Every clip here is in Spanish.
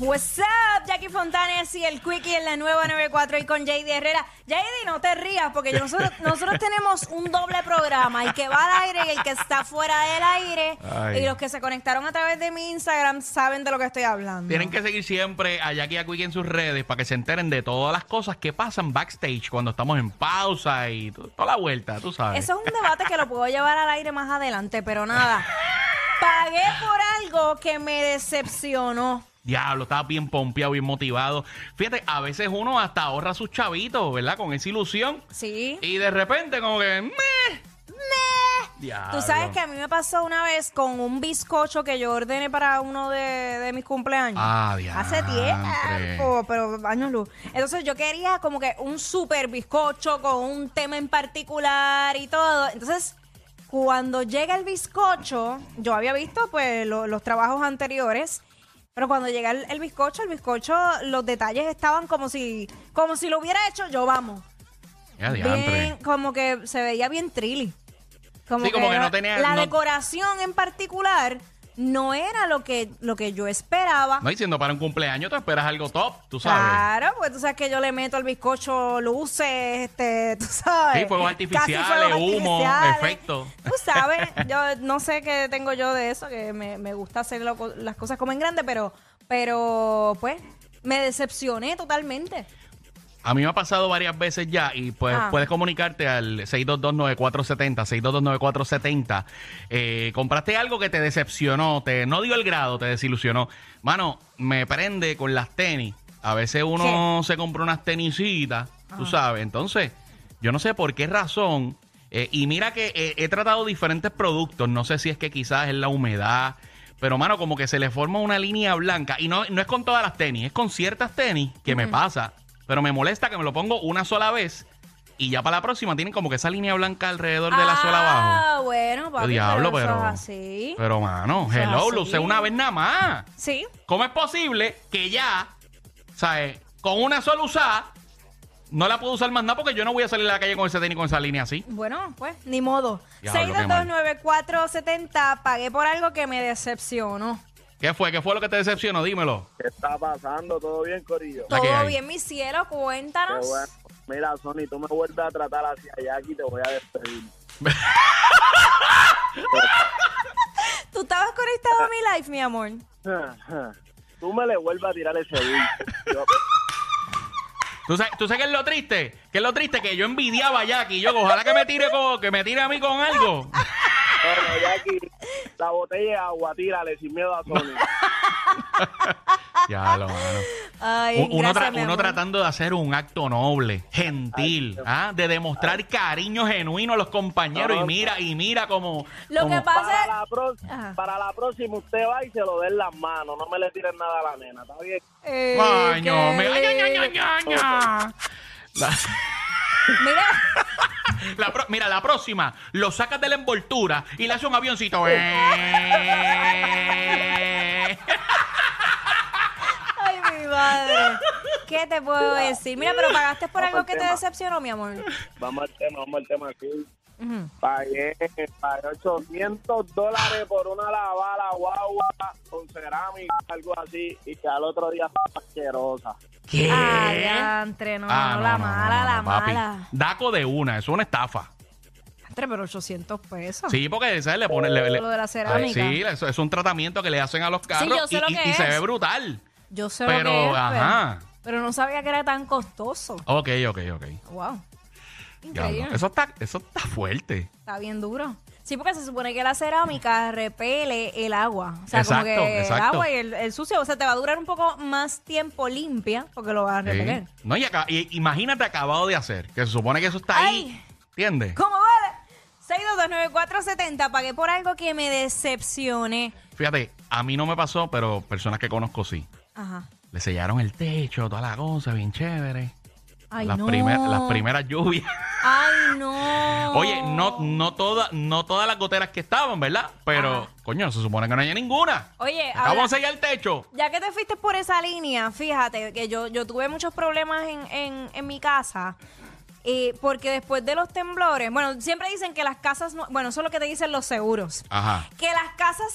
What's up, Jackie Fontanes y el Quickie en la nueva 94 y con JD Herrera. JD, no te rías porque yo- nosotros, nosotros tenemos un doble programa, el que va al aire y el que está fuera del aire. Ay. Y los que se conectaron a través de mi Instagram saben de lo que estoy hablando. Tienen que seguir siempre a Jackie y a Quickie en sus redes para que se enteren de todas las cosas que pasan backstage cuando estamos en pausa y to- toda la vuelta, tú sabes. Eso es un debate que lo puedo llevar al aire más adelante, pero nada. Pagué por algo que me decepcionó. Diablo, estaba bien pompeado, bien motivado. Fíjate, a veces uno hasta ahorra sus chavitos, ¿verdad? Con esa ilusión. Sí. Y de repente como que... "Meh". Diablo. Tú sabes que a mí me pasó una vez con un bizcocho que yo ordené para uno de, de mis cumpleaños. Ah, Hace diantre. tiempo, pero años luz. Entonces yo quería como que un super bizcocho con un tema en particular y todo. Entonces, cuando llega el bizcocho, yo había visto pues lo- los trabajos anteriores. Pero cuando llega el, el bizcocho, el bizcocho, los detalles estaban como si, como si lo hubiera hecho yo, vamos. Ya, Ah, diantre. Bien, como que se veía bien trilly. Sí, como que no tenía- La no- decoración en particular no era lo que, lo que yo esperaba. No diciendo para un cumpleaños te esperas algo top, tú sabes. Claro, pues tú sabes que yo le meto al bizcocho luces, este, tú sabes. Sí, fuegos Casi artificiales, humo, efectos. Tú sabes, yo no sé qué tengo yo de eso, que me, me gusta hacer lo- las cosas como en grande, pero, pero pues me decepcioné totalmente. A mí me ha pasado varias veces ya y pues Ah. puedes comunicarte al 6229470, 6229470. Eh, compraste algo que te decepcionó, te no dio el grado, te desilusionó. Mano, me prende con las tenis. A veces uno se compra unas tenisitas, tú sabes. Entonces, yo no sé por qué razón. eh, y mira que eh, he tratado diferentes productos, no sé si es que quizás es la humedad, pero mano, como que se le forma una línea blanca. Y no, no es con todas las tenis, es con ciertas tenis que me pasa. Pero me molesta que me lo pongo una sola vez y ya para la próxima tienen como que esa línea blanca alrededor de la suela abajo. Ah, bueno, papi, Yo diablo, pero, pero. eso es así. Pero, mano, es hello, así. lo usé una vez nada más. sí. ¿Cómo es posible que ya, ¿sabes? Con una sola usada, no la puedo usar más nada porque yo no voy a salir a la calle con ese tenis con esa línea así. Bueno, pues, ni modo. Diablo, qué mal. 6229470, pagué por algo que me decepcionó. ¿Qué fue? ¿Qué fue lo que te decepcionó? Dímelo. ¿Qué está pasando? ¿Todo bien, Corillo? La que Todo hay. bien, mi cielo, Qué cuéntanos. bueno. Mira, Sony, tú me vuelves a tratar así allá aquí te voy a despedir. Tú estabas conectado a mi live, mi amor. tú me le vuelves a tirar ese bicho. Yo- ¿Tú sabes, ¿Tú sabes qué es lo triste? ¿Qué es lo triste? Que yo envidiaba a Jackie. Yo, ojalá que me tire con- que me tire a mí con algo. Bueno, ya aquí, la botella de agua, tírale sin miedo a Sony. Ya, lo mano. Ay, Un- uno, Eh, gracias, tra- mi uno amor. tratando de hacer un acto noble, gentil, ¿ah? de demostrar cariño genuino a los compañeros. Y No, mira, y mira como. Lo como- que Para pasa la, pro- Ajá. para la próxima usted va y se lo dé en las manos, no me le tiren nada a la nena, ¿está bien? es... Eh, Ay, qué no, me- ay, ay, ay, lindo. ay, ay, ay. La- Mira, la pro- mira, la próxima, lo sacas de la envoltura y le haces un avioncito. Eh. ay, mi madre. ¿Qué te puedo decir? Mira, pero pagaste por Vamos algo al que te tema. decepcionó, mi amor. Vamos al tema, vamos al tema aquí. Ujú. Pagué, pagué 800 dólares por una lavada guagua con cerámica, algo así, y que al otro día estaba asquerosa. ¿Qué? Ay, antre, no, no, la mala, Ah, no, no, la papi. mala. Daco de una, eso es una estafa. Antre, pero 800 pesos. Sí, porque ¿sabes? le ponen. le- le- Ah. Lo de la Ay, cerámica. Sí, eso es un tratamiento que le hacen a los carros yo sé y- lo y- que y se es. ve brutal. Yo sé lo Pero, que es, pero- ajá. Pero no sabía que era tan costoso. Ok, ok, ok. Wow. Increíble. Diablo. Eso está, eso está fuerte. Está bien duro. Sí, porque se supone que la cerámica repele el agua. O sea, como Exacto, que el exacto. agua y el, el sucio. O sea, te va a durar un poco más tiempo limpia porque lo vas a Sí. repeler. No, y acá- y- imagínate acabado de hacer, que se supone que eso está ahí. Ay. ¿Entiendes? ¿Cómo vale? 6229470, pagué por algo que me decepcione. Fíjate, a mí no me pasó, pero personas que conozco sí. Ajá. Le sellaron el techo, toda la cosa, bien chévere. Ay, las, no. primer- las primeras lluvias. Ay, no. Oye, no, no, toda- no todas las goteras que estaban, ¿verdad? Pero, coño, se supone que no haya ninguna. Oye, Acabamos de habla- sellar el techo. Ya que te fuiste por esa línea, fíjate que yo, yo tuve muchos problemas en, en- en mi casa. eh, porque después de los temblores, bueno, siempre dicen que las casas, nue- bueno, eso es lo que te dicen los seguros, Ajá. que las casas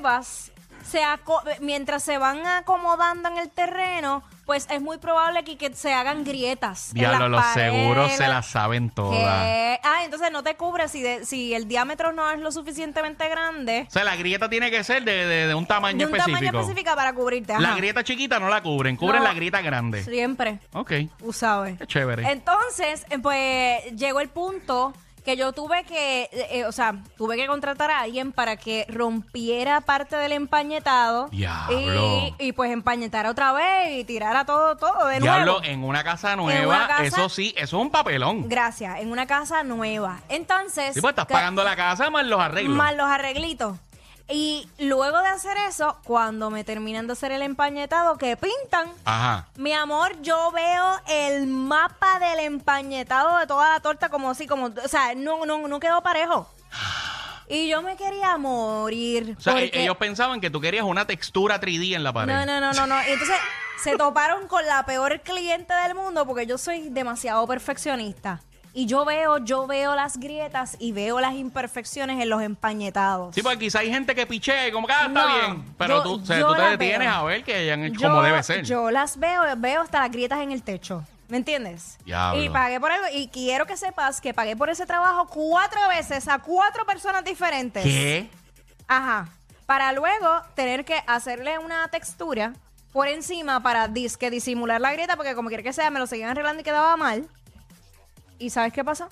nuevas, se aco- mientras se van acomodando en el terreno, pues es muy probable que, que se hagan grietas. en Diablo, las los paredes, seguros se las saben todas. ¿Qué? Ah, entonces no te cubre si, de- si el diámetro no es lo suficientemente grande. O sea, la grieta tiene que ser de, de- de un tamaño de un específico. tamaño específico para cubrirte. La ajá. grieta chiquita no la cubren, cubren No. la grieta grande. Siempre. Ok. Tú sabes. Qué chévere. Entonces, eh, pues llegó el punto que yo tuve que, eh, eh, o sea, tuve que contratar a alguien para que rompiera parte del empañetado. Diablo. Y, y, pues empañetara otra vez y tirara todo, todo de Diablo, eh. nuevo. en una casa nueva, una casa- eso sí, eso es un papelón. Gracias, en una casa nueva. Entonces. Sí, pues estás ca- pagando la casa más los arreglos. Más los arreglitos. Y luego de hacer eso, cuando me terminan de hacer el empañetado, que pintan, Ajá. Mi amor, yo veo el mapa del empañetado de toda la torta como así, como, o sea, no, no, no quedó parejo. Y yo me quería morir. O sea, e- porque- ellos pensaban que tú querías una textura 3D en la pared. No, no, no, no, no. Y entonces se toparon con la peor cliente del mundo porque yo soy demasiado perfeccionista. Y yo veo, yo veo las grietas y veo las imperfecciones en los empañetados. Sí, porque quizá hay gente que pichea y como que ah, está No, bien. Pero yo- tú, o sea, yo tú te la detienes veo. a ver que hayan hecho como debe ser. Yo las veo, veo hasta las grietas en el techo. ¿Me entiendes? Diablo. Y pagué por algo. Y quiero que sepas que pagué por ese trabajo cuatro veces a cuatro personas diferentes. ¿Qué? Ajá. Para luego tener que hacerle una textura por encima para disque disimular la grieta, porque como quiera que sea, me lo seguían arreglando y quedaba mal. ¿Y sabes qué pasó?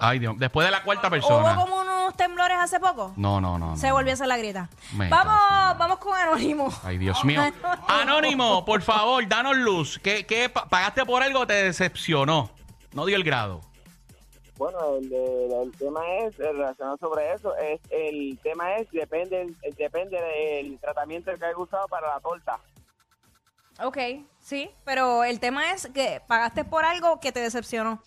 Ay, Dios. Después de la cuarta Hubo persona. como unos temblores hace poco. No, no, no. Se no. volvió a hacer la grieta. Me cago vamos, en- vamos con Anónimo. Ay, Dios mío. Anónimo, por favor, danos luz. ¿Qué, qué pa- pagaste por algo o te decepcionó? No dio el grado. Bueno, el, el- el tema es, eh, relacionado sobre eso, es el tema es, depende el- depende del tratamiento que haya usado para la torta. Ok, sí, pero el tema es que pagaste por algo que te decepcionó.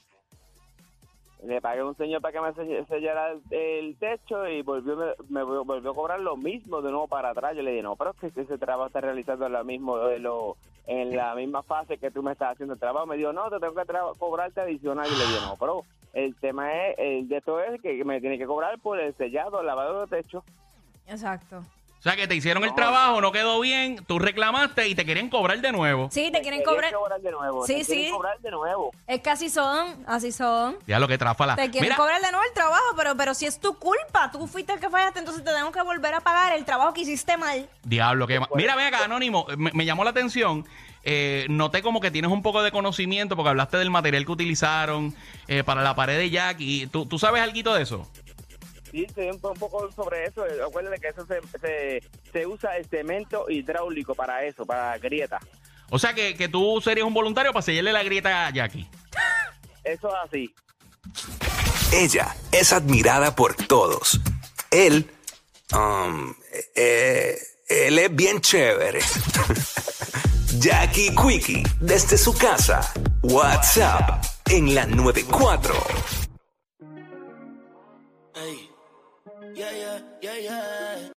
Le pagué a un señor para que me sell- sellara el, el techo y volvió me, me vol- volvió a cobrar lo mismo de nuevo para atrás. Yo le dije, no, pero es que ese trabajo está realizando en la, mismo, eh, lo, en la misma fase que tú me estás haciendo el trabajo. Me dijo, no, te tengo que tra- cobrarte adicional. Y le dije, no, pero el tema es, el de esto es que me tiene que cobrar por el sellado, el lavado de techo. Exacto. O sea, que te hicieron el No. trabajo, no quedó bien, tú reclamaste y te querían cobrar de nuevo. Sí, te quieren Querían cobrar. cobrar de nuevo. Sí, te quieren sí. cobrar de nuevo. Es que así son, así son. Ya lo que tráfala. Te quieren Ah, Mira, cobrar de nuevo el trabajo, pero, pero si es tu culpa, tú fuiste el que fallaste, entonces te tenemos que volver a pagar el trabajo que hiciste mal. diablo, que Mira, ven acá, Anónimo, me, me llamó la atención. eh, noté como que tienes un poco de conocimiento porque hablaste del material que utilizaron eh, para la pared de Jack. Y ¿tú, tú sabes algo de eso? Sí, sé un, po- un poco sobre eso. eh, Acuérdate que eso se, se, se usa el cemento hidráulico para eso, para grietas. O sea, que, que tú serías un voluntario para sellarle la grieta a Jackie. Eso es así. Ella es admirada por todos. Él, um, eh, él es bien chévere. Jackie Quickie, desde su casa. WhatsApp en la 94.